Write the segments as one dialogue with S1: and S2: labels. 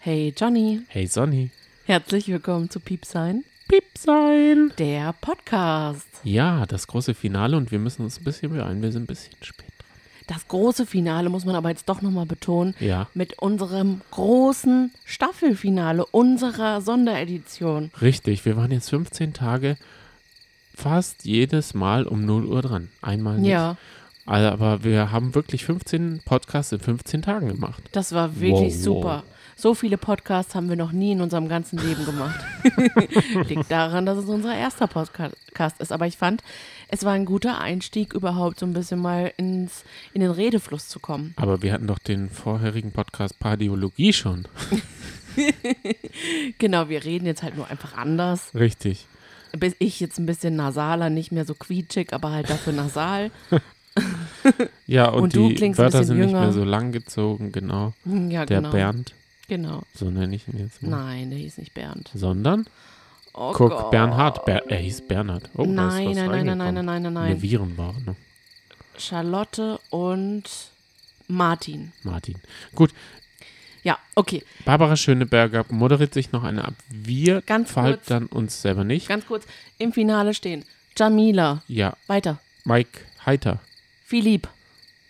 S1: Hey Johnny,
S2: Hey Sonny.
S1: herzlich willkommen zu Piep sein,
S2: Piep sein.
S1: der Podcast.
S2: Ja, das große Finale und wir müssen uns ein bisschen beeilen. Wir sind ein bisschen spät dran.
S1: Das große Finale muss man aber jetzt doch nochmal betonen.
S2: Ja.
S1: Mit unserem großen Staffelfinale unserer Sonderedition.
S2: Richtig, wir waren jetzt 15 Tage fast jedes Mal um 0 Uhr dran. Einmal nicht.
S1: Ja,
S2: Also, Aber wir haben wirklich 15 Podcasts in 15 Tagen gemacht.
S1: das war wirklich
S2: Wow,
S1: super. So viele Podcasts haben wir noch nie in unserem ganzen Leben gemacht. Liegt daran, dass es unser erster Podcast ist. Aber ich fand, es war ein guter Einstieg, überhaupt so ein bisschen mal ins, in den Redefluss zu kommen.
S2: Aber wir hatten doch den vorherigen Podcast Pardiologie schon.
S1: Genau, wir reden jetzt halt nur einfach anders.
S2: Richtig.
S1: Bis ich jetzt ein bisschen nasaler, nicht mehr so quietschig, aber halt dafür nasal.
S2: Ja, und,
S1: Und du
S2: die
S1: klingst ein
S2: Wörter
S1: bisschen
S2: sind nicht
S1: jünger.
S2: mehr so lang gezogen, genau.
S1: Hm, Ja,
S2: Der
S1: genau.
S2: Bernd,
S1: Genau.
S2: so nenne ich ihn jetzt mal.
S1: Nein, der hieß nicht Bernd.
S2: Sondern
S1: Oh
S2: Guck,
S1: Gott.
S2: Bernhard. Ber er hieß Bernhard. Oh, da ist
S1: nein, nein, nein, nein,
S2: was
S1: nein, nein,
S2: reingekommen.
S1: nein, nein,
S2: Eine
S1: nein.
S2: Virenwarnung,
S1: Charlotte und Martin.
S2: Martin. Gut,
S1: Ja, okay.
S2: Barbara Schöneberger moderiert sich noch eine ab. Wir
S1: Ganz kurz.
S2: verhalten uns selber nicht.
S1: Ganz kurz. Im Finale stehen Jamila.
S2: Ja,
S1: Weiter.
S2: Mike Heiter
S1: Philipp.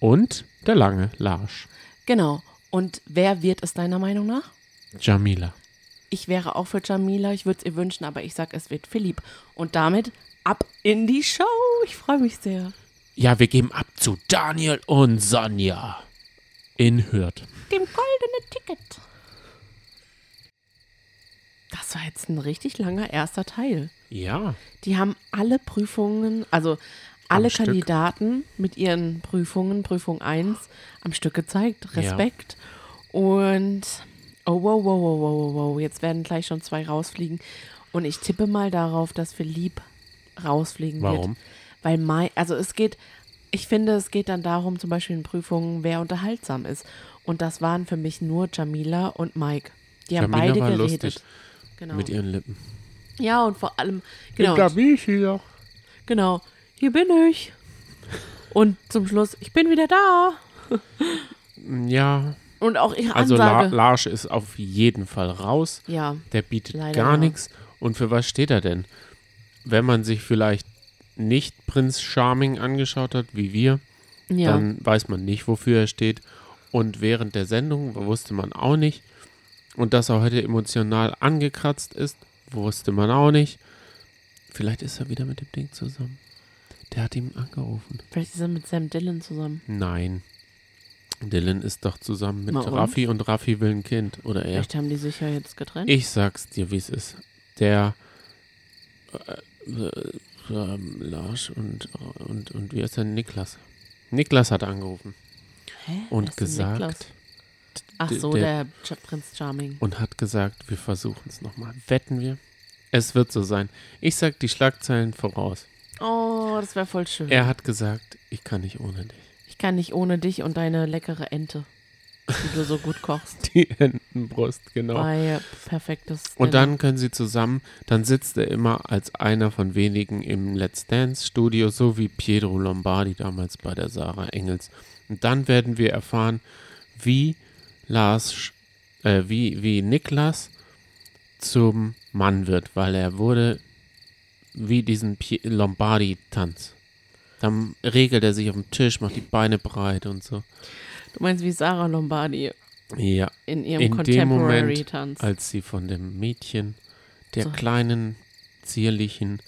S2: und der lange Larsch.
S1: Genau. Und wer wird es deiner Meinung nach?
S2: Jamila.
S1: Ich wäre auch für Jamila. Ich würde es ihr wünschen, aber ich sag, es wird Philipp. Und damit ab in die Show. Ich freue mich sehr.
S2: Ja, wir geben ab zu Daniel und Sonja. In Hürth.
S1: dem goldenen Ticket. Das war jetzt ein richtig langer erster Teil.
S2: Ja,
S1: Die haben alle Prüfungen, also alle
S2: Stück.
S1: Kandidaten mit ihren Prüfungen, Prüfung 1, am Stück gezeigt. Respekt. Und oh, wow, wow, wow, wow, wow, wow, jetzt werden gleich schon zwei rausfliegen. Und ich tippe mal darauf, dass Philipp rausfliegen
S2: Warum?
S1: wird. Weil Mai, also es geht, ich finde, es geht dann darum, zum Beispiel in Prüfungen, wer unterhaltsam ist. Und das waren für mich nur Jamila und Mike. Die haben
S2: Jamila
S1: beide
S2: war
S1: geredet.
S2: lustig
S1: Genau.
S2: mit ihren Lippen.
S1: Ja, und vor allem, genau.
S2: mich hier.
S1: Genau. Hier bin ich. Und zum Schluss, ich bin wieder da.
S2: Ja,
S1: Und auch ihre
S2: also La
S1: Ansage.
S2: Larsch ist auf jeden Fall raus.
S1: ja,
S2: Der bietet
S1: Leider ja.
S2: gar nichts. Und für was steht er denn? Wenn man sich vielleicht nicht Prinz Charming angeschaut hat, wie wir,
S1: ja.
S2: dann weiß man nicht, wofür er steht. Und während der Sendung wusste man auch nicht. Und dass er heute emotional angekratzt ist, wusste man auch nicht. Vielleicht ist er wieder mit dem Ding zusammen. Der hat ihm angerufen.
S1: Vielleicht ist er mit Sam Dillon zusammen.
S2: Nein. Dylan ist doch zusammen mit
S1: Na und?
S2: Raffi und Raffi will ein Kind. Oder er.
S1: Vielleicht haben die sich ja jetzt getrennt.
S2: Ich sag's dir, wie es ist. Der äh, äh, ähm, Lars und, und, und wie heißt der Niklas? Niklas hat angerufen
S1: Hä? Wer
S2: und
S1: ist denn Niklas?
S2: gesagt
S1: Ach so, der,
S2: der-
S1: Ch- Prinz Charming.
S2: und hat gesagt, wir versuchen es nochmal. Wetten wir? Es wird so sein. Ich sag die Schlagzeilen voraus.
S1: Oh, das wäre voll schön.
S2: Er hat gesagt, ich kann nicht ohne dich.
S1: Ich kann nicht ohne dich und deine leckere Ente, die du so gut kochst.
S2: Die Entenbrust, genau.
S1: Bei perfektes.
S2: Und
S1: Dinner.
S2: dann können sie zusammen, dann sitzt er immer als einer von wenigen im Let's Dance Studio, so wie Pietro Lombardi damals bei der Sarah Engels. Und dann werden wir erfahren, wie Lars, Sch- äh, wie, wie Niklas zum Mann wird, weil er wurde wie diesen Pie- Lombardi-Tanz. Dann regelt er sich auf dem Tisch, macht die Beine breit und so.
S1: Du meinst wie Sarah Lombardi
S2: Ja,
S1: in ihrem
S2: In dem Moment,
S1: Contemporary-Tanz.
S2: als sie von dem Mädchen, der
S1: So.
S2: kleinen, zierlichen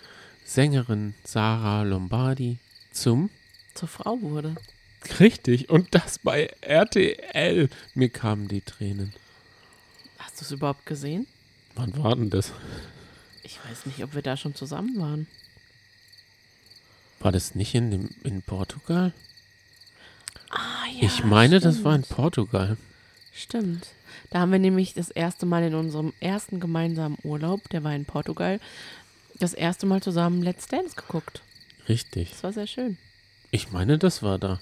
S2: Sängerin Sarah Lombardi zum
S1: Zur Frau wurde.
S2: Richtig, und das bei RTL. Mir kamen die Tränen.
S1: Hast du es überhaupt gesehen?
S2: Wann war denn das?
S1: Ich weiß nicht, ob wir da schon zusammen waren.
S2: War das nicht in, dem, in Portugal?
S1: Ah ja.
S2: ich meine, das
S1: stimmt.
S2: war in Portugal.
S1: Stimmt. Da haben wir nämlich das erste Mal in unserem ersten gemeinsamen Urlaub, der war in Portugal, das erste Mal zusammen Let's Dance geguckt.
S2: Richtig.
S1: Das war sehr schön.
S2: Ich meine, das war da.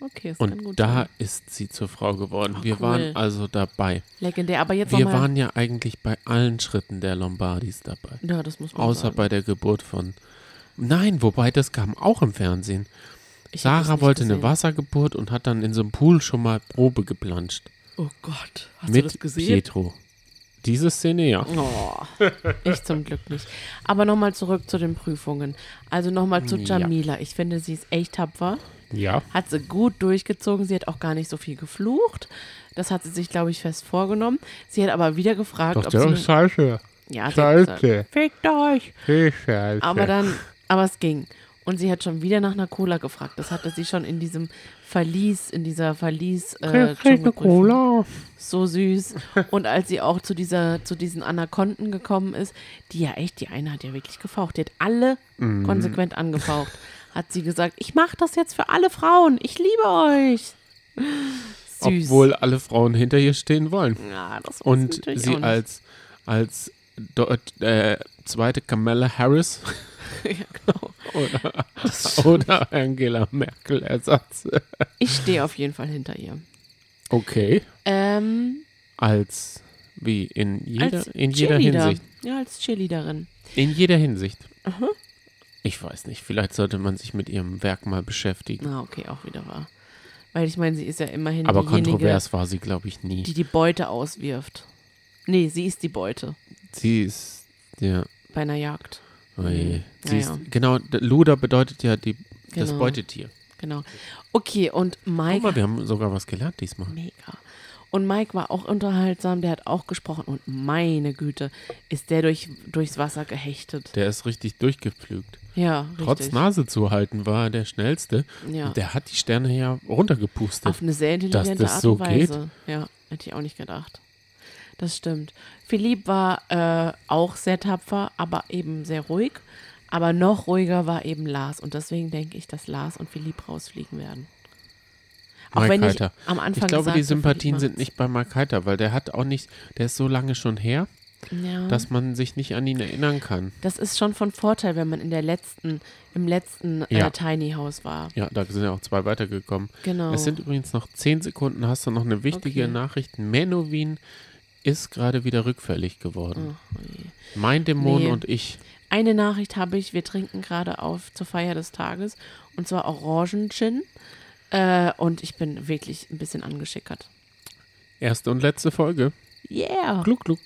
S1: Okay, es kann
S2: Und
S1: gut
S2: da
S1: sein.
S2: ist sie zur Frau geworden.
S1: Oh,
S2: wir
S1: cool.
S2: waren also dabei.
S1: Legendär, aber jetzt
S2: Wir
S1: nochmal.
S2: waren ja eigentlich bei allen Schritten der Lombardis dabei.
S1: Ja, das muss man
S2: Außer
S1: sagen.
S2: bei der Geburt von. Nein, wobei das kam auch im Fernsehen.
S1: Ich hab das
S2: Sarah
S1: nicht
S2: wollte eine
S1: gesehen.
S2: Wassergeburt und hat dann in so einem Pool schon mal Probe geplanscht.
S1: Oh Gott, hast
S2: mit
S1: du das gesehen?
S2: Pietro. Diese Szene, ja.
S1: Oh, ich zum Glück nicht. Aber nochmal zurück zu den Prüfungen. Also nochmal zu
S2: Ja.
S1: Jamila. Ich finde, sie ist echt tapfer.
S2: Ja.
S1: Hat sie gut durchgezogen. Sie hat auch gar nicht so viel geflucht. Das hat sie sich, glaube ich, fest vorgenommen. Sie hat aber wieder gefragt,
S2: Doch,
S1: ob sie.
S2: der
S1: eine-
S2: ist scheiße.
S1: Ja, sie hat gesagt,
S2: Scheiße.
S1: Fickt euch!
S2: Viel Scheiße.
S1: Aber dann, aber es ging. Und sie hat schon wieder nach einer Cola gefragt. Das hatte sie schon in diesem Verlies, in dieser Verlies. Äh,
S2: Krieg ich eine
S1: Dschungelprüfung.
S2: Cola?
S1: So süß. Und als sie auch zu dieser, zu diesen Anakonden gekommen ist, die ja echt, die eine hat ja wirklich gefaucht. Die hat alle
S2: Mhm.
S1: konsequent angefaucht. Hat sie gesagt, ich mache das jetzt für alle Frauen. Ich liebe euch. Süß.
S2: Obwohl alle Frauen hinter ihr stehen wollen.
S1: ja, das weiß
S2: Und
S1: natürlich
S2: sie
S1: auch nicht.
S2: als, als dort, äh, zweite Kamala Harris
S1: ja, genau.
S2: oder, oder Angela Merkel Ersatz.
S1: Ich stehe auf jeden Fall hinter ihr.
S2: Okay.
S1: Ähm,
S2: Als wie in jeder,
S1: als
S2: in jeder
S1: Cheerleader.
S2: Hinsicht.
S1: Ja, als Cheerleaderin.
S2: In jeder Hinsicht. Ich weiß nicht, vielleicht sollte man sich mit ihrem Werk mal beschäftigen.
S1: Na, okay, auch wieder wahr. Weil ich meine, sie ist ja immerhin
S2: Aber
S1: diejenige,
S2: kontrovers war sie, glaube ich, nie.
S1: die die Beute auswirft. Nee, sie ist die Beute
S2: Sie ist, ja,
S1: bei einer Jagd.
S2: ui. sie
S1: Ja,
S2: ist,
S1: ja.
S2: genau, d- Luder bedeutet ja die,
S1: Hm.
S2: das
S1: Genau.
S2: Beutetier.
S1: Genau. Okay, und
S2: Guck
S1: Mike.
S2: mal, wir haben sogar was gelernt diesmal.
S1: Mega. Und Mike war auch unterhaltsam, der hat auch gesprochen. Und meine Güte, ist der durch, durchs Wasser gehechtet.
S2: Der ist richtig durchgepflügt.
S1: Ja, richtig.
S2: Trotz Nase zuhalten war er der Schnellste.
S1: Ja.
S2: Und der hat die Sterne ja runtergepustet.
S1: Auf eine sehr intelligente
S2: das
S1: Art
S2: so
S1: und Weise. Ja, hätte ich auch nicht gedacht. Das stimmt. Philipp war äh, auch sehr tapfer, aber eben sehr ruhig. Aber noch ruhiger war eben Lars. Und deswegen denke ich, dass Lars und Philipp rausfliegen werden. Auch
S2: Mike
S1: wenn ich
S2: Heiter.
S1: am Anfang
S2: ich glaube,
S1: gesagt
S2: die
S1: habe,
S2: Sympathien
S1: Philipp
S2: sind nicht bei Mark Heiter, weil der hat auch nicht, der ist so lange schon her,
S1: macht's. ja.
S2: dass man sich nicht an ihn erinnern kann.
S1: Das ist schon von Vorteil, wenn man in der letzten, im letzten
S2: Ja.
S1: äh, Tiny House war.
S2: Ja, da sind ja auch zwei weitergekommen.
S1: Genau.
S2: Es sind übrigens noch zehn Sekunden, hast du noch eine wichtige
S1: Okay.
S2: Nachricht. Menowin ist gerade wieder rückfällig geworden.
S1: Oh, je.
S2: Mein Dämon
S1: Nee.
S2: und ich.
S1: Eine Nachricht habe ich, wir trinken gerade auf zur Feier des Tages und zwar Orangen-Gin äh, und ich bin wirklich ein bisschen angeschickert.
S2: Erste und letzte Folge.
S1: Yeah!
S2: Gluck, gluck.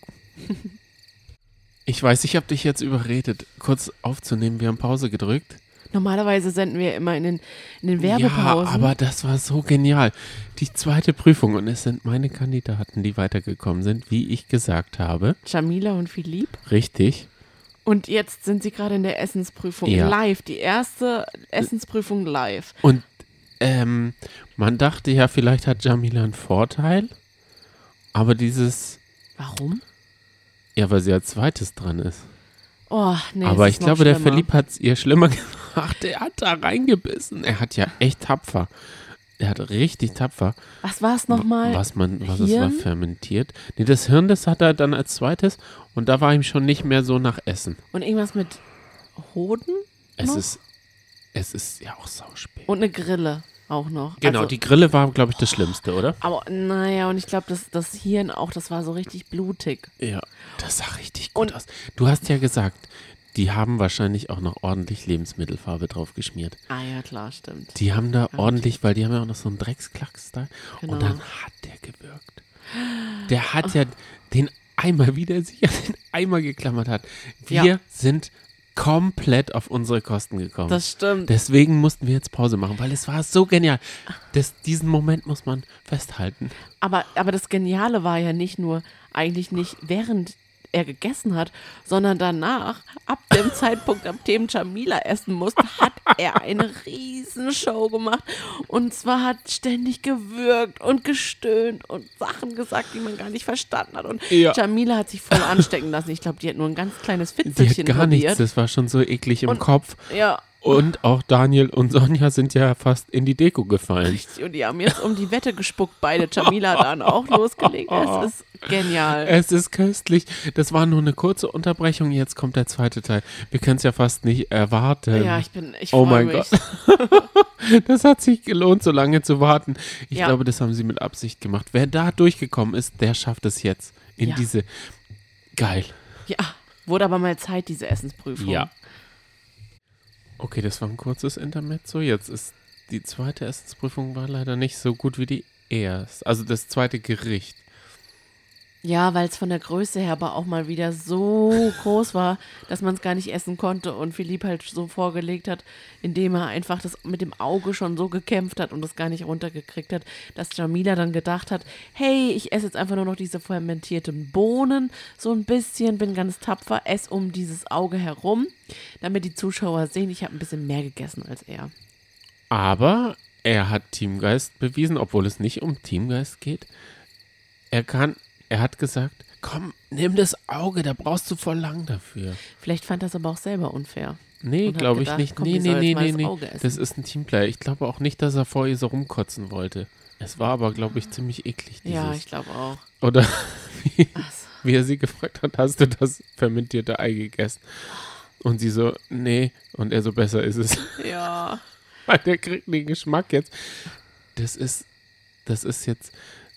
S2: Ich weiß, ich habe dich jetzt überredet, kurz aufzunehmen. Wir haben Pause gedrückt.
S1: Normalerweise senden wir immer in den, in den Werbepausen.
S2: Ja, aber das war so genial. Die zweite Prüfung und es sind meine Kandidaten, die weitergekommen sind, wie ich gesagt habe.
S1: Jamila und Philipp.
S2: Richtig.
S1: Und jetzt sind sie gerade in der Essensprüfung
S2: Ja.
S1: live, die erste Essensprüfung live.
S2: Und ähm, man dachte ja, vielleicht hat Jamila einen Vorteil, aber dieses,
S1: Warum?
S2: ja, weil sie als zweites dran ist.
S1: Oh, nee,
S2: aber
S1: es
S2: ich
S1: ist noch
S2: glaube, der
S1: schlimmer.
S2: Philipp hat es ihr schlimmer gemacht. Er hat da reingebissen. Er hat ja echt tapfer. Er hat richtig tapfer.
S1: Was war es nochmal?
S2: Was man, was es war,
S1: Hirn?
S2: fermentiert. Nee, das Hirn, das hat er dann als zweites und da war ihm schon nicht mehr so nach Essen.
S1: Und irgendwas mit Hoden
S2: Es
S1: Noch?
S2: ist, es ist ja auch sauspät.
S1: und eine Grille auch noch.
S2: Genau,
S1: also,
S2: die Grille war, glaube ich, das Schlimmste, oder?
S1: Aber naja, und ich glaube, das, das Hirn auch, das war so richtig blutig.
S2: Ja. Das sah richtig gut
S1: Und-
S2: aus. Du hast ja gesagt, die haben wahrscheinlich auch noch ordentlich Lebensmittelfarbe drauf geschmiert.
S1: Ah ja, klar, stimmt.
S2: Die haben da ordentlich, weil die haben ja auch noch so einen Drecksklacks da.
S1: Genau.
S2: Und dann hat der gewirkt. Der hat ja den Eimer, wie der sich an den Eimer geklammert hat. Wir
S1: Ja.
S2: sind komplett auf unsere Kosten gekommen.
S1: Das stimmt.
S2: Deswegen mussten wir jetzt Pause machen, weil es war so genial. Das, diesen Moment muss man festhalten.
S1: Aber, aber das Geniale war ja nicht nur, eigentlich nicht während er gegessen hat, sondern danach, ab dem Zeitpunkt, ab dem Jamila essen musste, hat er eine Riesenshow gemacht. Und zwar hat ständig gewürgt und gestöhnt und Sachen gesagt, die man gar nicht verstanden hat. Und
S2: Ja.
S1: Jamila hat sich voll anstecken lassen. Ich glaube, die hat nur ein ganz kleines
S2: Die hat
S1: Fitzelchen
S2: gar nichts,
S1: probiert.
S2: das war schon so eklig im
S1: Und-
S2: Kopf.
S1: Ja,
S2: Und auch Daniel und Sonja sind ja fast in die Deko gefallen.
S1: Richtig, und die haben jetzt um die Wette gespuckt, beide. Jamila hat dann auch losgelegt. Es ist genial.
S2: Es ist köstlich. Das war nur eine kurze Unterbrechung. Jetzt kommt der zweite Teil. Wir können es ja fast nicht erwarten.
S1: Ja, ich bin, ich
S2: oh
S1: freue
S2: mein
S1: mich.
S2: Gott. das hat sich gelohnt, so lange zu warten. Ich
S1: Ja.
S2: glaube, das haben sie mit Absicht gemacht. Wer da durchgekommen ist, der schafft es jetzt in
S1: Ja.
S2: diese. Geil.
S1: Ja, wurde aber mal Zeit, diese Essensprüfung.
S2: Ja. Okay, das war ein kurzes Intermezzo. Jetzt ist die zweite Essensprüfung war leider nicht so gut wie die erst, also das zweite Gericht.
S1: Ja, weil es von der Größe her aber auch mal wieder so groß war, dass man es gar nicht essen konnte und Philipp halt so vorgelegt hat, indem er einfach das mit dem Auge schon so gekämpft hat und das gar nicht runtergekriegt hat, dass Jamila dann gedacht hat, hey, ich esse jetzt einfach nur noch diese fermentierten Bohnen so ein bisschen, bin ganz tapfer, esse um dieses Auge herum, damit die Zuschauer sehen, ich habe ein bisschen mehr gegessen als er.
S2: Aber er hat Teamgeist bewiesen, obwohl es nicht um Teamgeist geht. Er kann er hat gesagt, komm, nimm das Auge, da brauchst du voll lang dafür.
S1: Vielleicht fand das aber auch selber unfair.
S2: Nee,
S1: Und hat
S2: glaube ich
S1: gedacht,
S2: nicht.
S1: komm,
S2: Nee,
S1: die
S2: nee,
S1: soll
S2: nee,
S1: jetzt mal
S2: nee,
S1: das
S2: nee.
S1: Auge essen.
S2: Das ist ein Teamplayer. Ich glaube auch nicht, dass er vor ihr so rumkotzen wollte. Es war aber, glaube ich, ziemlich eklig, dieses.
S1: Ja, ich glaube auch.
S2: Oder wie,
S1: Also,
S2: wie er sie gefragt hat, hast du das fermentierte Ei gegessen? Und sie so, nee. Und er so, besser ist es.
S1: ja.
S2: Weil der kriegt den Geschmack jetzt. Das ist, das ist jetzt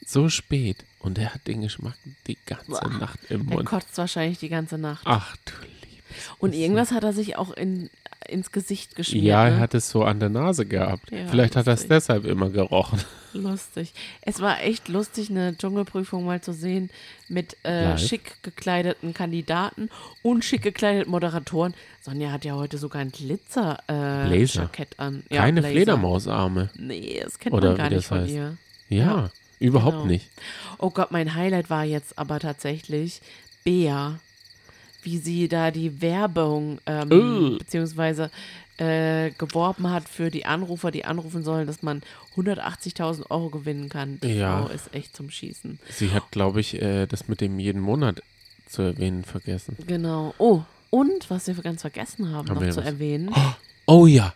S2: so spät. Und er hat den Geschmack die ganze
S1: Boah.
S2: Nacht im
S1: Er
S2: Mund.
S1: kotzt wahrscheinlich die ganze Nacht.
S2: Ach du Liebe.
S1: Und irgendwas hat er sich auch in, ins Gesicht geschmiert.
S2: Ja,
S1: ne?
S2: er hat es so an der Nase gehabt.
S1: Ja,
S2: Vielleicht hat er es
S1: lustig.
S2: deshalb immer gerochen.
S1: Lustig. Es war echt lustig, eine Dschungelprüfung mal zu sehen mit äh,
S2: Live.
S1: schick gekleideten Kandidaten und schick gekleideten Moderatoren. Sonja hat ja heute sogar ein
S2: Blazer.
S1: Glitzer-Jackett an. Ja,
S2: Keine
S1: Blazer.
S2: Fledermausarme.
S1: Nee, das kennt
S2: Oder
S1: man gar
S2: wie das
S1: nicht von
S2: heißt.
S1: ihr.
S2: Ja,
S1: Ja,
S2: überhaupt
S1: genau.
S2: nicht.
S1: Oh Gott, mein Highlight war jetzt aber tatsächlich Bea, wie sie da die Werbung ähm,
S2: Ugh.
S1: beziehungsweise äh, geworben hat für die Anrufer, die anrufen sollen, dass man 180.000 Euro gewinnen kann. Die
S2: Ja.
S1: Frau ist echt zum Schießen.
S2: Sie hat, glaube ich, äh, das mit dem jeden Monat zu erwähnen vergessen.
S1: Genau. Oh, und was wir ganz vergessen haben,
S2: Haben wir
S1: noch zu
S2: was?
S1: erwähnen,
S2: Oh ja,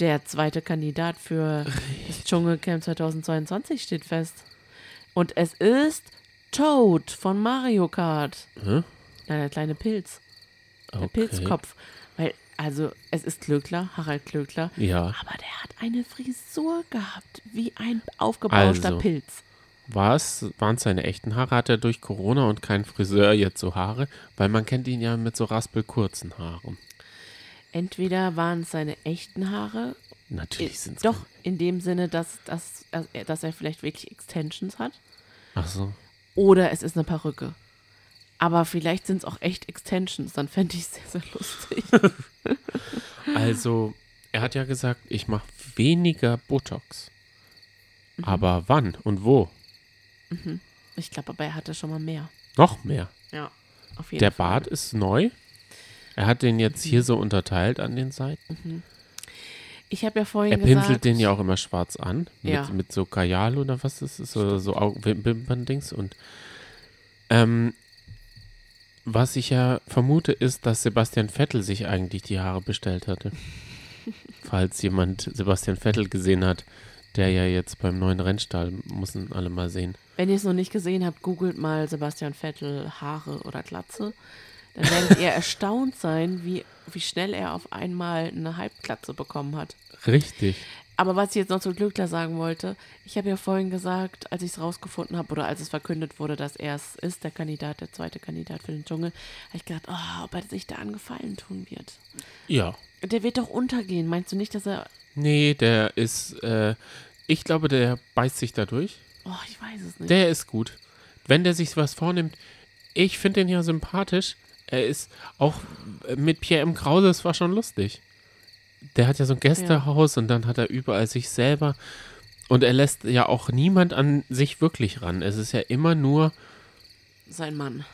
S1: der zweite Kandidat für das Dschungelcamp 2022 steht fest. Und es ist Toad von Mario Kart.
S2: Hä?
S1: Na, der kleine Pilz. Der
S2: okay.
S1: Pilzkopf. Weil, also, es ist Klöckler, Harald Klöckler.
S2: Ja,
S1: Aber der hat eine Frisur gehabt, wie ein aufgebauschter
S2: Also.
S1: Pilz.
S2: war's, waren seine echten Haare? Hat er durch Corona und kein Friseur jetzt so Haare? Weil man kennt ihn ja mit so raspelkurzen Haaren.
S1: Entweder waren es seine echten Haare, äh,
S2: Natürlich sind es
S1: doch in dem Sinne, dass, dass, dass, er, dass er vielleicht wirklich Extensions hat,
S2: Ach so.
S1: oder es ist eine Perücke. Aber vielleicht sind es auch echt Extensions, dann fände ich es sehr, sehr lustig.
S2: Also, er hat ja gesagt, ich mache weniger Botox.
S1: Mhm.
S2: Aber wann und wo?
S1: Ich glaube aber, er hatte schon mal mehr.
S2: Noch mehr.
S1: Ja, auf jeden
S2: Der
S1: Fall.
S2: Bart ist neu. Er hat den jetzt hier so unterteilt an den Seiten.
S1: Ich habe ja vorhin
S2: Er
S1: gesagt.
S2: pinselt den ja auch immer schwarz an. Mit,
S1: Ja.
S2: mit so Kajal oder was das ist. Oder so Augen- Wim- Wimperndings. Und ähm, was ich ja vermute, ist, dass Sebastian Vettel sich eigentlich die Haare bestellt hatte. Falls jemand Sebastian Vettel gesehen hat, der ja jetzt beim neuen Rennstall, muss ihn alle mal sehen.
S1: Wenn ihr es noch nicht gesehen habt, googelt mal Sebastian Vettel Haare oder Glatze. Dann werdet ihr erstaunt sein, wie, wie schnell er auf einmal eine Halbglatze bekommen hat.
S2: Richtig.
S1: Aber was ich jetzt noch zu Glückler sagen wollte, ich habe ja vorhin gesagt, als ich es rausgefunden habe oder als es verkündet wurde, dass er es ist, der Kandidat, der zweite Kandidat für den Dschungel, habe ich gedacht, oh, ob er sich da angefallen tun wird.
S2: Ja.
S1: Der wird doch untergehen. Meinst du nicht, dass er.
S2: Nee, der ist, äh, ich glaube, der beißt sich da durch.
S1: Oh, ich weiß es nicht.
S2: Der ist gut. Wenn der sich was vornimmt, ich finde den ja sympathisch. Er ist auch äh, mit Pierre M. Krause, es war schon lustig. Der hat ja so ein Gästehaus und dann hat er überall sich selber. Und er lässt ja auch niemand an sich wirklich ran. Es ist ja immer nur,
S1: Sein Mann.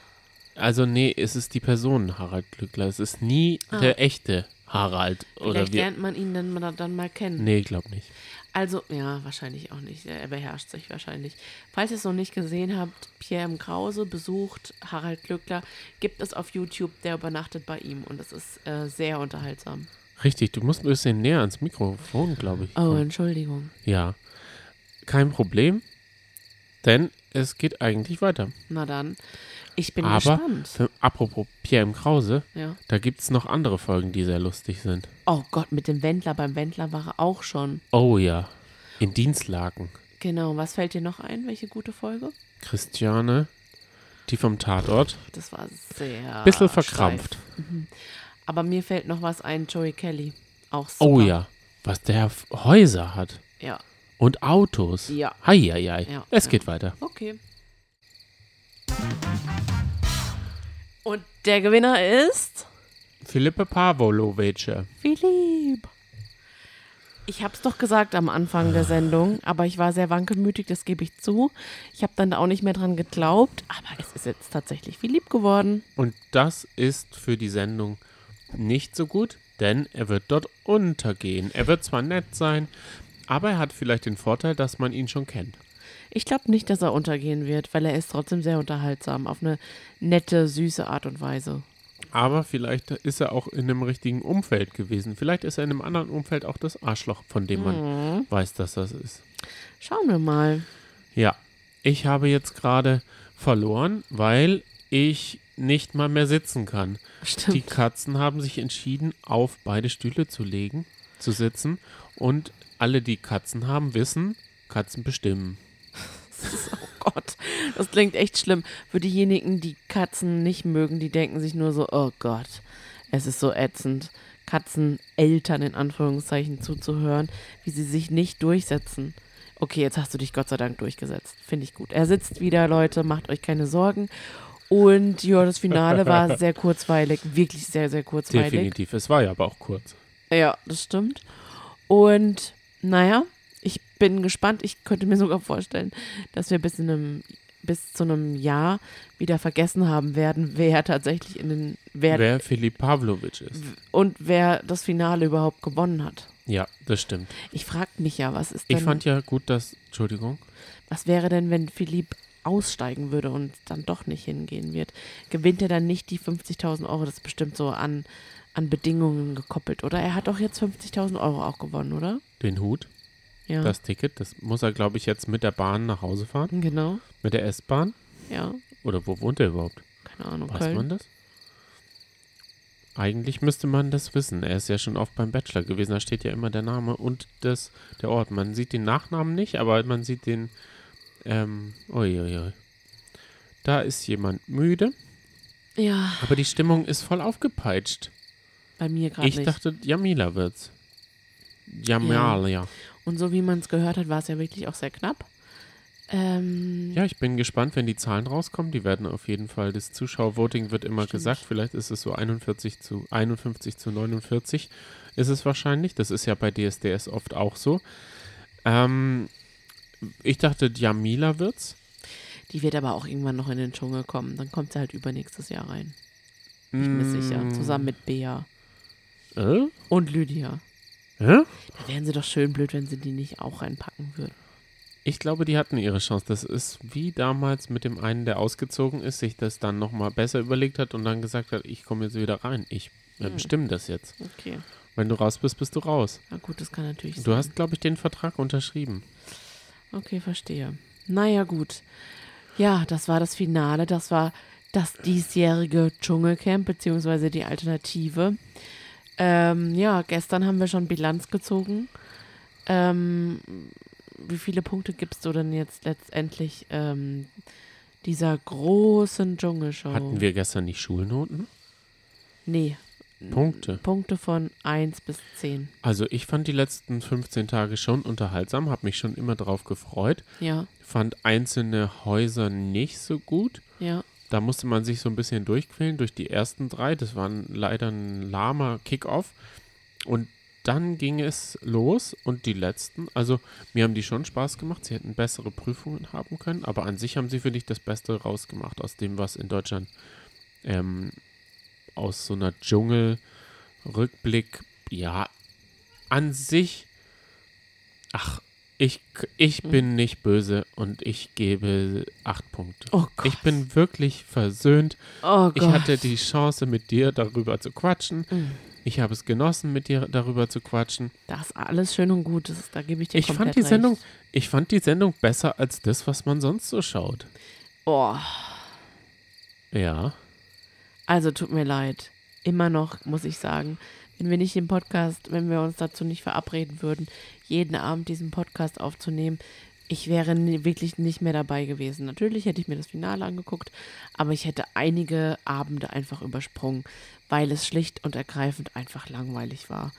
S2: also nee, es ist die Person Harald Glückler. Es ist nie der echte Harald. Oder
S1: Ah. Vielleicht
S2: wie.
S1: lernt man ihn dann, mal- dann mal kennen.
S2: Nee, glaub nicht.
S1: Also, ja, wahrscheinlich auch nicht. Er beherrscht sich wahrscheinlich. Falls ihr es noch nicht gesehen habt, Pierre M. Krause besucht Harald Glückler. Gibt es auf YouTube, der übernachtet bei ihm und es ist äh, sehr unterhaltsam.
S2: Richtig, du musst ein bisschen näher ans Mikrofon, glaube ich.
S1: Oh,
S2: kommen.
S1: Entschuldigung.
S2: Ja, kein Problem, denn es geht eigentlich weiter.
S1: Na dann, ich bin
S2: Aber
S1: gespannt.
S2: für, apropos Pierre M. Krause,
S1: Ja.
S2: da gibt es noch andere Folgen, die sehr lustig sind.
S1: Oh Gott, mit dem Wendler. Beim Wendler war er auch schon.
S2: Oh ja, in Dienstlaken.
S1: Genau, was fällt dir noch ein? Welche gute Folge?
S2: Christiane, die vom Tatort.
S1: Das war sehr.
S2: Bisschen verkrampft.
S1: Steif. Aber mir fällt noch was ein: Joey Kelly. Auch super.
S2: Oh ja, was der F- Häuser hat.
S1: Ja,
S2: Und Autos.
S1: Ja.
S2: Hei, hei, hei.
S1: Ja,
S2: es
S1: ja.
S2: geht weiter.
S1: Okay. Und der Gewinner ist
S2: Philippe Pavlovice.
S1: Philipp. Ich habe es doch gesagt am Anfang der Sendung, aber ich war sehr wankelmütig, das gebe ich zu. Ich habe dann auch nicht mehr dran geglaubt, aber es ist jetzt tatsächlich Philipp geworden.
S2: Und das ist für die Sendung nicht so gut, denn er wird dort untergehen. Er wird zwar nett sein, aber er hat vielleicht den Vorteil, dass man ihn schon kennt.
S1: Ich glaube nicht, dass er untergehen wird, weil er ist trotzdem sehr unterhaltsam, auf eine nette, süße Art und Weise.
S2: Aber vielleicht ist er auch in einem richtigen Umfeld gewesen. Vielleicht ist er in einem anderen Umfeld auch das Arschloch, von dem man weiß, dass das ist.
S1: Schauen wir mal.
S2: Ja, ich habe jetzt gerade verloren, weil ich nicht mal mehr sitzen kann. Die
S1: Stimmt.
S2: Katzen haben sich entschieden, auf beide Stühle zu legen, zu sitzen. Und alle, die Katzen haben, wissen, Katzen bestimmen.
S1: Oh Gott, das klingt echt schlimm. Für diejenigen, die Katzen nicht mögen, die denken sich nur so, oh Gott, es ist so ätzend, Katzeneltern in Anführungszeichen zuzuhören, wie sie sich nicht durchsetzen. Okay, jetzt hast du dich Gott sei Dank durchgesetzt. Finde ich gut. Er sitzt wieder, Leute, macht euch keine Sorgen. Und ja, das Finale war sehr kurzweilig, wirklich sehr, sehr kurzweilig.
S2: Definitiv. Es war ja aber auch kurz.
S1: Ja, das stimmt. Und naja, ich bin gespannt. Ich könnte mir sogar vorstellen, dass wir bis, in einem, bis zu einem Jahr wieder vergessen haben werden, wer tatsächlich in den wer,
S2: Wer Philipp Pavlovic ist.
S1: und wer das Finale überhaupt gewonnen hat.
S2: Ja, das stimmt.
S1: Ich frage mich ja, was ist denn,
S2: Ich fand ja gut, dass. Entschuldigung.
S1: was wäre denn, wenn Philipp aussteigen würde und dann doch nicht hingehen wird? Gewinnt er dann nicht die 50.000 Euro? Das ist bestimmt so an, an Bedingungen gekoppelt, oder? Er hat doch jetzt 50.000 Euro auch gewonnen, oder?
S2: Den Hut,
S1: Ja.
S2: das Ticket, das muss er, glaube ich, jetzt mit der Bahn nach Hause fahren.
S1: genau.
S2: Mit der S-Bahn.
S1: Ja.
S2: Oder wo wohnt er überhaupt?
S1: Keine Ahnung,
S2: Weiß
S1: Köln.
S2: man das? Eigentlich müsste man das wissen. Er ist ja schon oft beim Bachelor gewesen. Da steht ja immer der Name und das, der Ort. Man sieht den Nachnamen nicht, aber man sieht den. Ähm, uiuiui. Da ist jemand müde,
S1: Ja,
S2: aber die Stimmung ist voll aufgepeitscht.
S1: bei mir gerade
S2: ich
S1: nicht.
S2: dachte, Jamila wird's. Jamala, ja.
S1: Und so wie man es gehört hat, war es ja wirklich auch sehr knapp. Ähm,
S2: Ja, ich bin gespannt, wenn die Zahlen rauskommen. Die werden auf jeden Fall, das Zuschauervoting wird immer gesagt, vielleicht ist es so 41 zu 51 zu 49 ist es wahrscheinlich. Das ist ja bei DSDS oft auch so. Ähm, ich dachte, Jamila wird's.
S1: Die wird aber auch irgendwann noch in den Dschungel kommen. Dann kommt sie halt übernächstes Jahr rein. Bin mir sicher. Zusammen mit Bea
S2: Mm. Äh?
S1: und Lydia.
S2: Hä?
S1: Da wären sie doch schön blöd, wenn sie die nicht auch reinpacken würden.
S2: Ich glaube, die hatten ihre Chance. Das ist wie damals mit dem einen, der ausgezogen ist, sich das dann nochmal besser überlegt hat und dann gesagt hat, ich komme jetzt wieder rein. Ich äh,
S1: Hm.
S2: bestimme das jetzt.
S1: Okay.
S2: Wenn du raus bist, bist du raus.
S1: Na gut, das kann natürlich sein.
S2: Du hast, glaube ich, den Vertrag unterschrieben.
S1: Okay, verstehe. Naja, gut. Ja, das war das Finale. Das war das diesjährige Dschungelcamp, beziehungsweise die Alternative. Ähm, ja, gestern haben wir schon Bilanz gezogen. Ähm, wie viele Punkte gibst du denn jetzt letztendlich ähm, dieser großen Dschungelshow?
S2: Hatten wir gestern nicht Schulnoten?
S1: Nee,
S2: Punkte.
S1: Punkte von 1 bis 10.
S2: Also ich fand die letzten 15 Tage schon unterhaltsam, habe mich schon immer drauf gefreut,
S1: Ja,
S2: fand einzelne Häuser nicht so gut.
S1: ja.
S2: Da musste man sich so ein bisschen durchquälen durch die ersten drei. Das waren leider ein lahmer Kickoff. Und dann ging es los und die letzten, also mir haben die schon Spaß gemacht. Sie hätten bessere Prüfungen haben können, aber an sich haben sie, finde ich, das Beste rausgemacht aus dem, was in Deutschland ähm, aus so einer Dschungel-Rückblick, ja, an sich, ach, ich, ich bin nicht böse und ich gebe acht Punkte.
S1: Oh Gott.
S2: Ich bin wirklich versöhnt.
S1: oh Gott. Mm.
S2: Ich hatte die Chance, mit dir darüber zu quatschen. Ich habe es genossen, mit dir darüber zu quatschen.
S1: das ist alles schön und gut. Das, ist- da gebe ich dir
S2: Ich
S1: komplett
S2: fand, die
S1: recht.
S2: Sendung, ich fand die Sendung besser als das, was man sonst so schaut.
S1: Oh.
S2: Ja.
S1: Also tut mir leid. Immer noch, muss ich sagen, wenn wir nicht den Podcast, wenn wir uns dazu nicht verabreden würden, jeden Abend diesen Podcast aufzunehmen, ich wäre nie, wirklich nicht mehr dabei gewesen. Natürlich hätte ich mir das Finale angeguckt, aber ich hätte einige Abende einfach übersprungen, weil es schlicht und ergreifend einfach langweilig war.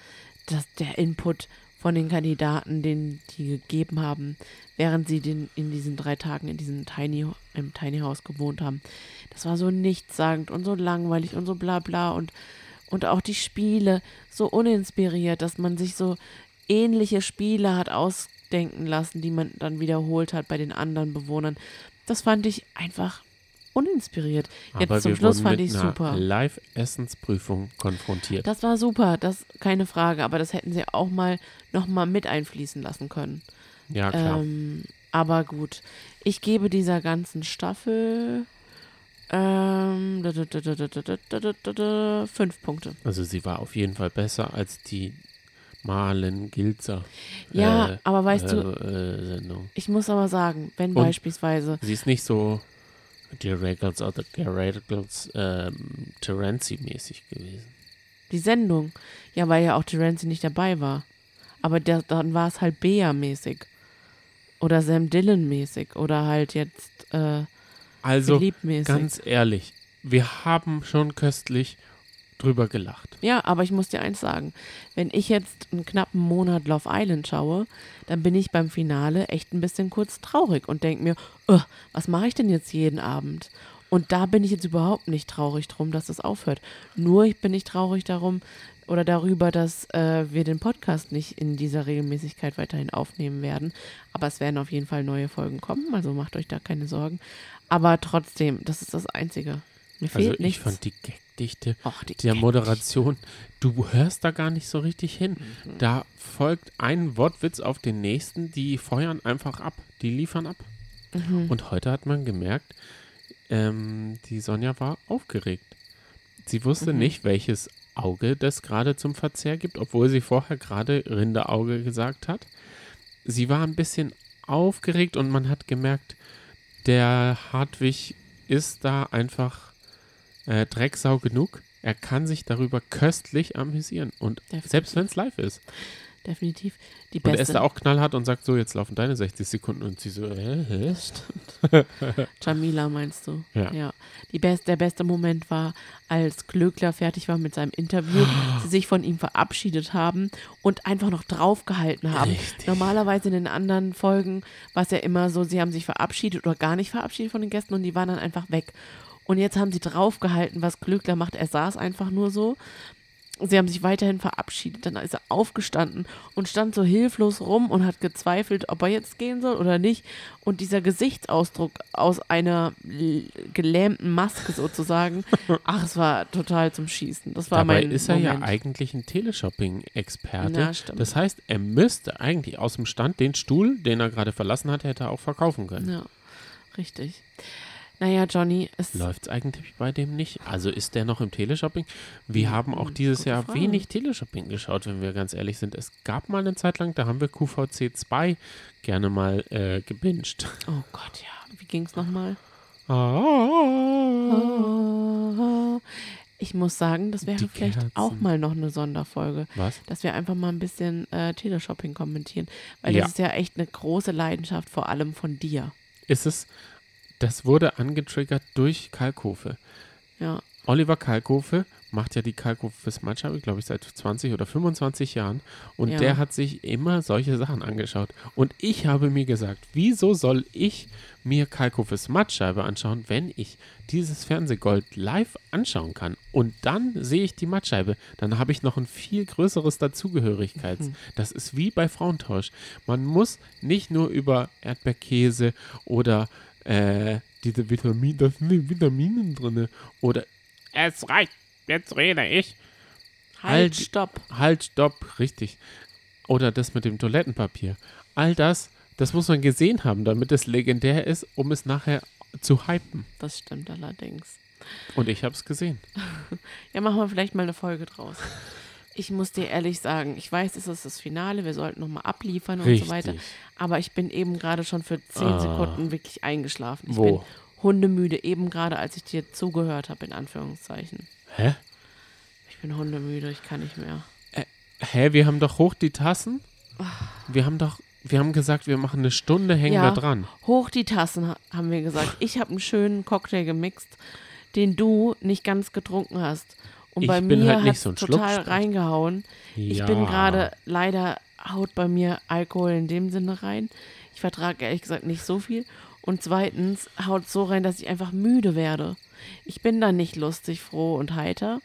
S1: Das, der Input von den Kandidaten, den die gegeben haben, während sie den, in diesen drei Tagen in diesem Tiny, im Tiny House gewohnt haben. Das war so nichtssagend und so langweilig und so bla bla und, und auch die Spiele so uninspiriert, dass man sich so ähnliche Spiele hat ausdenken lassen, die man dann wiederholt hat bei den anderen Bewohnern. Das fand ich einfach uninspiriert. Jetzt
S2: Aber
S1: zum
S2: wir
S1: Schluss
S2: wurden
S1: fand
S2: mit
S1: ich
S2: einer
S1: super.
S2: Live-Essensprüfung konfrontiert.
S1: Das war super, das keine Frage, aber das hätten sie auch mal nochmal mit einfließen lassen können.
S2: ja, klar.
S1: Ähm, aber gut, ich gebe dieser ganzen Staffel ähm, da, da, da, da, da, da, da, da, da, da, da, fünf Punkte.
S2: also sie war auf jeden Fall besser als die Malen Gilzer.
S1: Ja,
S2: äh,
S1: aber weißt
S2: äh,
S1: du,
S2: Äh, Sendung.
S1: ich muss aber sagen, wenn
S2: Und-
S1: beispielsweise,
S2: Sie ist nicht so die Regals oder die Regals ähm, Terenzi-mäßig gewesen.
S1: die Sendung, ja, weil ja auch Terenzi nicht dabei war, aber der, dann war es halt Bea-mäßig oder Sam Dillon-mäßig oder halt jetzt äh,
S2: Also
S1: Philipp-mäßig.
S2: ganz ehrlich, wir haben schon köstlich drüber gelacht.
S1: Ja, aber ich muss dir eins sagen. Wenn ich jetzt einen knappen Monat Love Island schaue, dann bin ich beim Finale echt ein bisschen kurz traurig und denke mir, "Ugh, was mache ich denn jetzt jeden Abend? Und da bin ich jetzt überhaupt nicht traurig drum, dass das aufhört. Nur ich bin nicht traurig darum oder darüber, dass äh, wir den Podcast nicht in dieser Regelmäßigkeit weiterhin aufnehmen werden. Aber es werden auf jeden Fall neue Folgen kommen, also macht euch da keine Sorgen. Aber trotzdem, das ist das Einzige. Mir fehlt
S2: also ich
S1: nichts.
S2: fand die Gagdichte
S1: Och, die
S2: der
S1: Gag-
S2: Moderation, du hörst da gar nicht so richtig hin. Da folgt ein Wortwitz auf den nächsten, die feuern einfach ab, die liefern ab. Und heute hat man gemerkt, ähm, die Sonja war aufgeregt. Sie wusste nicht, welches Auge das gerade zum Verzehr gibt, obwohl sie vorher gerade Rinderauge gesagt hat. Sie war ein bisschen aufgeregt und man hat gemerkt, der Hartwig ist da einfach äh, Drecksau genug. Er kann sich darüber köstlich amüsieren. Und
S1: Definitiv.
S2: selbst wenn es live ist.
S1: Definitiv. Die
S2: Und
S1: beste,
S2: er ist da auch knallhart und sagt so, jetzt laufen deine 60 Sekunden. Und sie so, hä, hä?
S1: Jamila meinst du?
S2: Ja.
S1: Die best, der beste Moment war, als Glöckler fertig war mit seinem Interview, sie sich von ihm verabschiedet haben und einfach noch draufgehalten haben.
S2: Richtig.
S1: Normalerweise in den anderen Folgen war es ja immer so, sie haben sich verabschiedet oder gar nicht verabschiedet von den Gästen und die waren dann einfach weg. Und jetzt haben sie draufgehalten, was Glöckler macht. Er saß einfach nur so. Sie haben sich weiterhin verabschiedet. Dann ist er aufgestanden und stand so hilflos rum und hat gezweifelt, ob er jetzt gehen soll oder nicht. Und dieser Gesichtsausdruck aus einer l- gelähmten Maske sozusagen, ach, es war total zum Schießen. Das war
S2: Dabei
S1: mein
S2: ist er
S1: Moment.
S2: ja eigentlich ein Teleshopping-Experte.
S1: Na, stimmt.
S2: Das heißt, er müsste eigentlich aus dem Stand den Stuhl, den er gerade verlassen hat, hätte er auch verkaufen können.
S1: Ja, richtig. Naja, Johnny, es
S2: Läuft es eigentlich bei dem nicht? Also ist der noch im Teleshopping? Wir haben auch dieses
S1: Hm, gute
S2: Jahr
S1: Frage.
S2: wenig Teleshopping geschaut, wenn wir ganz ehrlich sind. Es gab mal eine Zeit lang, da haben wir QVC 2 gerne mal äh, gebinged.
S1: Oh Gott, ja. Wie ging's nochmal? Ah. Ich muss sagen, das
S2: Die
S1: wäre vielleicht
S2: Kerzen.
S1: auch mal noch eine Sonderfolge,
S2: Was?
S1: dass wir einfach mal ein bisschen äh, Teleshopping kommentieren, weil
S2: Ja.
S1: das ist ja echt eine große Leidenschaft, vor allem von dir.
S2: Ist es, das wurde angetriggert durch Kalkofe.
S1: Ja,
S2: Oliver Kalkofe macht ja die Kalkofes Matscheibe, glaube ich, seit 20 oder 25 Jahren. Und
S1: Ja.
S2: der hat sich immer solche Sachen angeschaut. Und ich habe mir gesagt, wieso soll ich mir Kalkofes Matscheibe anschauen, wenn ich dieses Fernsehgold live anschauen kann? Und dann sehe ich die Matscheibe. Dann habe ich noch ein viel größeres Dazugehörigkeits. Das ist wie bei Frauentausch. Man muss nicht nur über Erdbeerkäse oder äh, diese Vitamin, das sind die Vitaminen drin oder es reicht, jetzt rede ich.
S1: halt,
S2: Halt.
S1: stopp.
S2: Halt, stopp, richtig. Oder das mit dem Toilettenpapier. All das, das muss man gesehen haben, damit es legendär ist, um es nachher zu hypen.
S1: Das stimmt allerdings.
S2: Und ich habe es gesehen.
S1: Ja, machen wir vielleicht mal eine Folge draus. Ich muss dir ehrlich sagen, ich weiß, es ist das Finale, wir sollten nochmal abliefern und so weiter.
S2: Richtig.
S1: Aber ich bin eben gerade schon für zehn
S2: Ah.
S1: Sekunden wirklich eingeschlafen. Ich
S2: Wo?
S1: bin hundemüde, eben gerade als ich dir zugehört habe, in Anführungszeichen.
S2: Hä?
S1: Ich bin hundemüde, ich kann nicht mehr.
S2: Hä, wir haben doch hoch die Tassen. Wir haben doch, wir haben gesagt, wir machen eine Stunde, hängen
S1: Ja.
S2: da dran.
S1: Hoch die Tassen, ha- haben wir gesagt. Ich habe einen schönen Cocktail gemixt, den du nicht ganz getrunken hast. Und
S2: Ich
S1: bei
S2: bin
S1: mir
S2: halt nicht
S1: hat's
S2: so ein
S1: total
S2: Schluckspast.
S1: reingehauen. Ich bin
S2: Ja.
S1: gerade leider haut bei mir Alkohol in dem Sinne rein. Ich vertrage ehrlich gesagt nicht so viel. Und zweitens haut so rein, dass ich einfach müde werde. Ich bin dann nicht lustig, froh und heiter.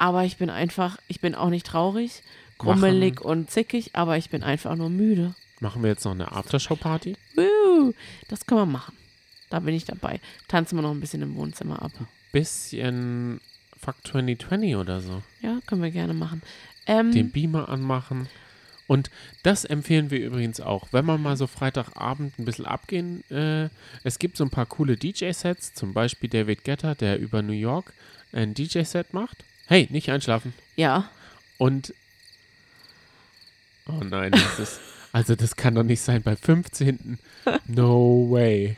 S1: Aber ich bin einfach, ich bin auch nicht traurig, krummelig und zickig, aber ich bin einfach nur müde.
S2: Machen wir jetzt noch eine Aftershow-Party?
S1: Woo, das können wir machen. Da bin ich dabei. Tanzen wir noch ein bisschen im Wohnzimmer ab.
S2: Bisschen Fuck 2020 oder so.
S1: Ja, können wir gerne machen. Ähm,
S2: Den Beamer anmachen. Und das empfehlen wir übrigens auch, wenn man mal so Freitagabend ein bisschen abgehen. Äh, es gibt so ein paar coole DJ-Sets, zum Beispiel David Getter, der über New York ein DJ-Set macht. Hey, nicht einschlafen.
S1: ja,
S2: Und. Oh nein, das ist. Also, das kann doch nicht sein. Bei 15. No way.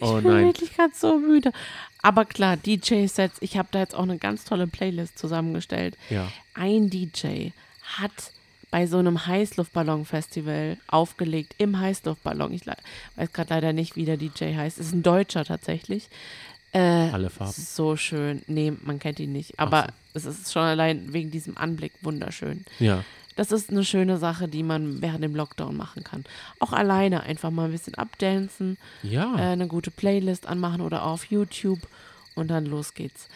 S2: Oh
S1: ich bin
S2: nein.
S1: wirklich gerade so müde. Aber klar, DJ-Sets, ich habe da jetzt auch eine ganz tolle Playlist zusammengestellt.
S2: Ja.
S1: Ein DJ hat bei so einem Heißluftballon-Festival aufgelegt, im Heißluftballon, ich le- weiß gerade leider nicht, wie der DJ heißt, ist ein Deutscher tatsächlich. Äh,
S2: Alle Farben.
S1: so schön. Nee, man kennt ihn nicht. Aber es ist schon allein wegen diesem Anblick wunderschön.
S2: Ja.
S1: Das ist eine schöne Sache, die man während dem Lockdown machen kann. Auch alleine einfach mal ein bisschen abdancen, äh,
S2: Ja.
S1: eine gute Playlist anmachen oder auf YouTube und dann los geht's.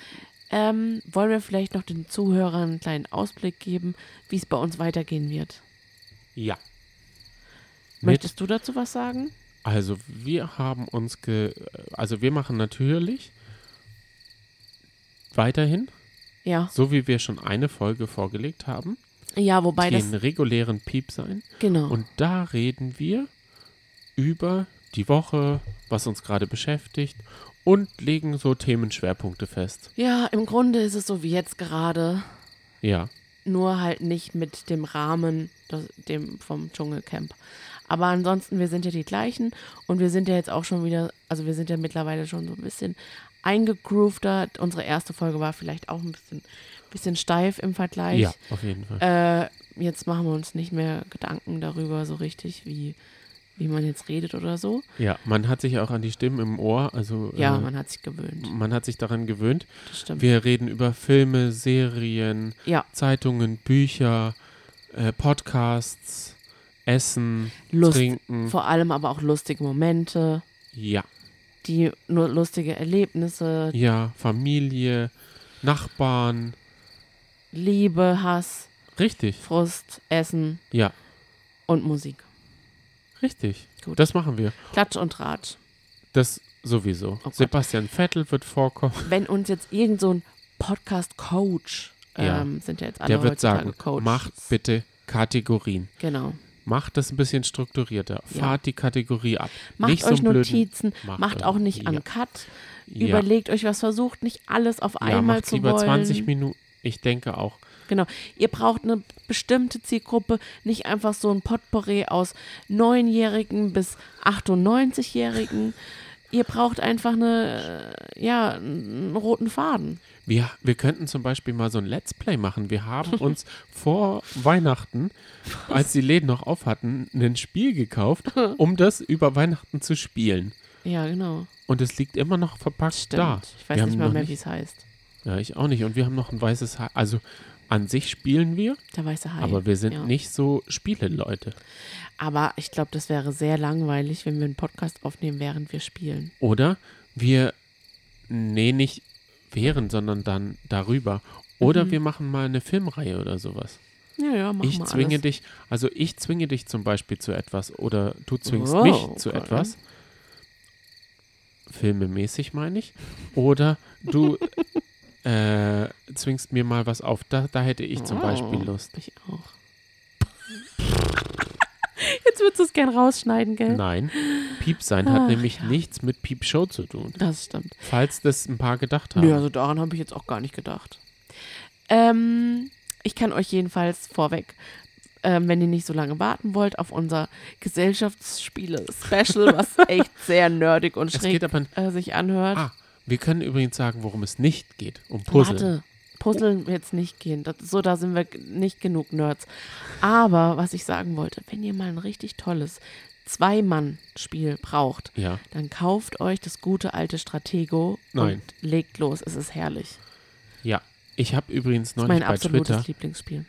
S1: Ähm, wollen wir vielleicht noch den Zuhörern einen kleinen Ausblick geben, wie es bei uns weitergehen wird?
S2: Ja. Mit
S1: Möchtest du dazu was sagen?
S2: Also wir haben uns ge also wir machen natürlich weiterhin,
S1: Ja.
S2: so wie wir schon eine Folge vorgelegt haben,
S1: Ja, wobei das.
S2: den regulären Piep sein
S1: Genau.
S2: und da reden wir über die Woche, was uns gerade beschäftigt und legen so Themenschwerpunkte fest.
S1: Ja, im Grunde ist es so wie jetzt gerade.
S2: Ja,
S1: nur halt nicht mit dem Rahmen das, dem, vom Dschungelcamp. Aber ansonsten, wir sind ja die gleichen und wir sind ja jetzt auch schon wieder, also wir sind ja mittlerweile schon so ein bisschen eingegroovter. Unsere erste Folge war vielleicht auch ein bisschen, bisschen steif im Vergleich.
S2: ja, auf jeden Fall.
S1: Äh, jetzt machen wir uns nicht mehr Gedanken darüber so richtig, wie, wie man jetzt redet oder so.
S2: ja, man hat sich auch an die Stimmen im Ohr, also
S1: Ja,
S2: äh,
S1: man hat sich gewöhnt.
S2: man hat sich daran gewöhnt.
S1: Das stimmt.
S2: Wir reden über Filme, Serien,
S1: ja,
S2: Zeitungen, Bücher, äh, Podcasts, Essen,
S1: Lust.
S2: Trinken.
S1: Vor allem aber auch lustige Momente,
S2: Ja,
S1: die nur lustige Erlebnisse,
S2: ja, Familie, Nachbarn.
S1: Liebe, Hass.
S2: Richtig,
S1: Frust, Essen
S2: ja,
S1: und Musik.
S2: richtig.
S1: Gut.
S2: Das machen wir.
S1: Klatsch und Ratsch.
S2: Das sowieso.
S1: Oh Gott.
S2: Sebastian Vettel wird vorkommen.
S1: Wenn uns jetzt irgend so ein Podcast-Coach,
S2: Ja.
S1: ähm, sind ja jetzt alle
S2: Der wird
S1: heutzutage
S2: sagen,
S1: Coach.
S2: macht bitte Kategorien.
S1: Genau.
S2: Macht das ein bisschen strukturierter.
S1: Ja.
S2: Fahrt die Kategorie ab.
S1: Macht
S2: nicht so
S1: euch
S2: einen blöden-
S1: Notizen,
S2: Macht
S1: macht,
S2: euch-
S1: auch nicht
S2: ja.
S1: an Cut,
S2: Ja.
S1: überlegt euch was, versucht nicht alles auf
S2: ja,
S1: einmal
S2: macht
S1: zu
S2: lieber
S1: wollen.
S2: 20 Minuten. Ich denke auch.
S1: Genau. Ihr braucht eine bestimmte Zielgruppe, nicht einfach so ein Potpourri aus Neunjährigen bis 98-Jährigen. Ihr braucht einfach eine, äh, ja, einen roten Faden.
S2: Wir, wir könnten zum Beispiel mal so ein Let's Play machen. Wir haben uns vor Weihnachten, als die Läden noch auf hatten, ein Spiel gekauft, um das über Weihnachten zu spielen.
S1: Ja, genau.
S2: Und es liegt immer noch verpackt
S1: Stimmt.
S2: da.
S1: Ich weiß
S2: wir
S1: nicht
S2: haben
S1: mal
S2: noch
S1: mehr, wie es heißt.
S2: Ja, ich auch nicht. Und wir haben noch ein weißes Haar. Also an sich spielen wir,
S1: Der weiße Hai.
S2: aber wir sind
S1: Ah ja.
S2: nicht so Spieleleute.
S1: Aber ich glaube, das wäre sehr langweilig, wenn wir einen Podcast aufnehmen, während wir spielen.
S2: Oder wir, nee, nicht während, sondern dann darüber. Oder
S1: Mhm.
S2: wir machen mal eine Filmreihe oder sowas.
S1: Ja, ja, mach
S2: ich
S1: mal
S2: zwinge
S1: alles.
S2: dich, also ich zwinge dich zum Beispiel zu etwas oder du zwingst
S1: Wow,
S2: mich zu
S1: Oh, okay.
S2: etwas. Filmemäßig meine ich. Oder du äh, zwingst mir mal was auf. Da, da hätte ich zum
S1: Wow.
S2: Beispiel Lust.
S1: Ich auch. Jetzt würdest du es gern rausschneiden, gell?
S2: Nein, Piep sein hat
S1: Ach,
S2: nämlich nichts mit Piepshow zu tun.
S1: Das stimmt.
S2: Falls das ein paar gedacht haben.
S1: Nö, also daran habe ich jetzt auch gar nicht gedacht. Ähm, ich kann euch jedenfalls vorweg, ähm, wenn ihr nicht so lange warten wollt, auf unser Gesellschaftsspiele-Special, was echt sehr nerdig und
S2: es
S1: schräg
S2: geht aber.
S1: äh, sich anhört.
S2: Ah, wir können übrigens sagen, worum es nicht geht. Um Puzzle.
S1: Warte, Puzzeln jetzt nicht gehen. Das, so, da sind wir g- nicht genug Nerds. Aber was ich sagen wollte, wenn ihr mal ein richtig tolles Zwei-Mann-Spiel braucht,
S2: Ja.
S1: dann kauft euch das gute alte Stratego
S2: Nein.
S1: und legt los. Es ist herrlich.
S2: Ja. Ich habe übrigens
S1: Das ist
S2: neulich
S1: mein
S2: bei
S1: absolutes
S2: Twitter
S1: Lieblingsspiel.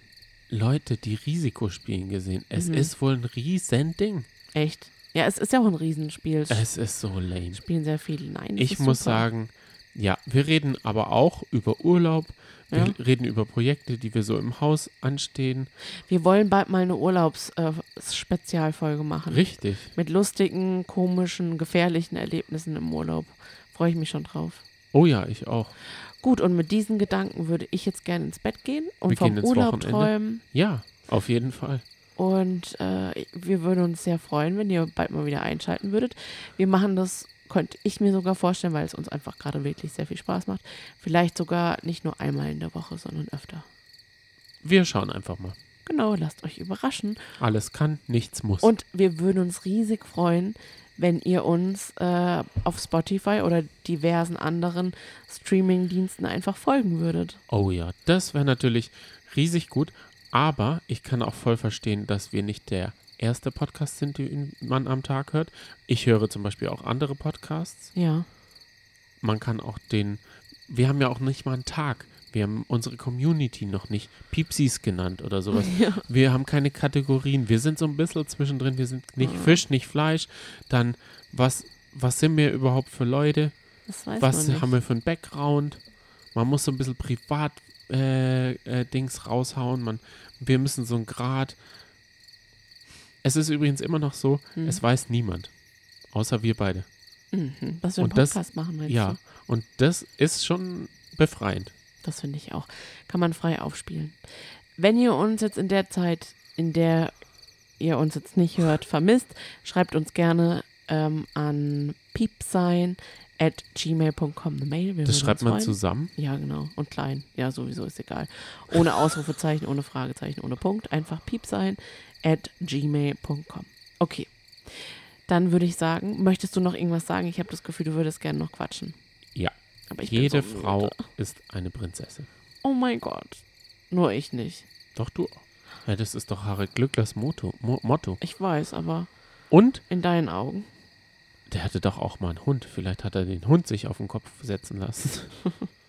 S2: Leute, die Risiko spielen gesehen. Es
S1: Mhm.
S2: ist wohl ein Riesending.
S1: Echt? Ja, es ist ja auch ein Riesenspiel. Es
S2: Es ist so lame.
S1: spielen sehr viele. Nein, es
S2: Äh. Ich
S1: ist
S2: muss
S1: super.
S2: sagen, ja, wir reden aber auch über Urlaub. Wir
S1: Ja.
S2: reden über Projekte, die wir so im Haus anstehen.
S1: wir wollen bald mal eine Urlaubs-Spezialfolge machen.
S2: Richtig.
S1: Mit lustigen, komischen, gefährlichen Erlebnissen im Urlaub. Freue ich mich schon drauf.
S2: Oh ja, ich auch.
S1: Gut, und mit diesen Gedanken würde ich jetzt gerne ins Bett gehen und
S2: Wir
S1: vom
S2: gehen ins
S1: Urlaub
S2: Wochenende.
S1: träumen.
S2: Ja, auf jeden Fall.
S1: Und äh, wir würden uns sehr freuen, wenn ihr bald mal wieder einschalten würdet. Wir machen das, könnte ich mir sogar vorstellen, weil es uns einfach gerade wirklich sehr viel Spaß macht. Vielleicht sogar nicht nur einmal in der Woche, sondern öfter.
S2: Wir schauen einfach mal.
S1: Genau, lasst euch überraschen.
S2: Alles kann, nichts muss.
S1: Und wir würden uns riesig freuen, wenn ihr uns äh, auf Spotify oder diversen anderen Streaming-Diensten einfach folgen würdet.
S2: oh ja, das wäre natürlich riesig gut. Aber ich kann auch voll verstehen, dass wir nicht der erste Podcast sind, den man am Tag hört. Ich höre zum Beispiel auch andere Podcasts.
S1: Ja.
S2: Man kann auch den. Wir haben ja auch nicht mal einen Tag. Wir haben unsere Community noch nicht Piepsis genannt oder sowas.
S1: Ja.
S2: Wir haben keine Kategorien. Wir sind so ein bisschen zwischendrin. Wir sind nicht
S1: Mhm.
S2: Fisch, nicht Fleisch. Dann, was, was sind wir überhaupt für Leute?
S1: Das weiß
S2: was
S1: man nicht.
S2: haben wir für einen Background? Man muss so ein bisschen privat äh, äh, Dings raushauen. Man, wir müssen so einen Grad. Es ist übrigens immer noch so, es weiß niemand. Außer wir beide.
S1: Mhm, dass wir einen
S2: Und das-
S1: Podcast machen, meinst
S2: Ja.
S1: du?
S2: Und das ist schon befreiend.
S1: Das finde ich auch. Kann man frei aufspielen. Wenn ihr uns jetzt in der Zeit, in der ihr uns jetzt nicht hört, vermisst, schreibt uns gerne ähm, an piepsein at gmail.com eine Mail. Wir
S2: Das
S1: würden
S2: schreibt
S1: uns
S2: man
S1: freuen.
S2: zusammen.
S1: Ja, genau. Und klein. Ja, sowieso ist egal. Ohne Ausrufezeichen, ohne Fragezeichen, ohne Punkt. Einfach piepsein at gmail.com. Okay. Dann würde ich sagen, möchtest du noch irgendwas sagen? Ich habe das Gefühl, du würdest gerne noch quatschen.
S2: Ja.
S1: Aber ich bin
S2: Jede
S1: so müde.
S2: Frau ist eine Prinzessin.
S1: Oh mein Gott. Nur ich nicht.
S2: Doch du. auch. Ja, das ist doch Harry Glücklers Motto. Mo Motto.
S1: Ich weiß, aber
S2: Und
S1: in deinen Augen.
S2: der hatte doch auch mal einen Hund. Vielleicht hat er den Hund sich auf den Kopf setzen lassen.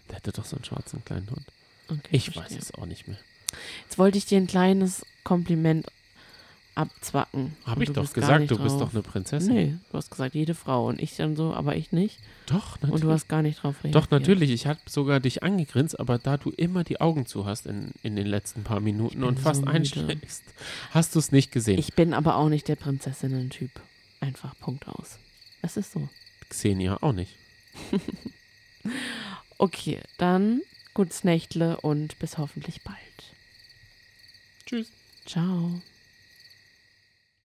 S2: der hatte doch so einen schwarzen kleinen Hund.
S1: Okay,
S2: Ich weiß
S1: verstehe.
S2: es auch nicht mehr.
S1: Jetzt wollte ich dir ein kleines Kompliment abzwacken. Und
S2: Habe ich
S1: du
S2: doch
S1: bist gar
S2: gesagt,
S1: nicht
S2: du bist
S1: drauf.
S2: doch eine Prinzessin.
S1: Nee, du hast gesagt, jede Frau und ich dann so, aber ich nicht.
S2: Doch, natürlich.
S1: Und du hast gar nicht drauf reagiert.
S2: doch, natürlich. Ich habe sogar dich angegrinst, aber da du immer die Augen zu hast in, in den letzten paar Minuten
S1: bin
S2: und fast
S1: so müde.
S2: einschläfst, hast du es nicht gesehen.
S1: Ich bin aber auch nicht der Prinzessinnen-Typ. Einfach Punkt aus. Es ist so.
S2: Xenia auch nicht.
S1: Okay, dann gutes Nächtle und bis hoffentlich bald.
S2: Tschüss.
S1: Ciao.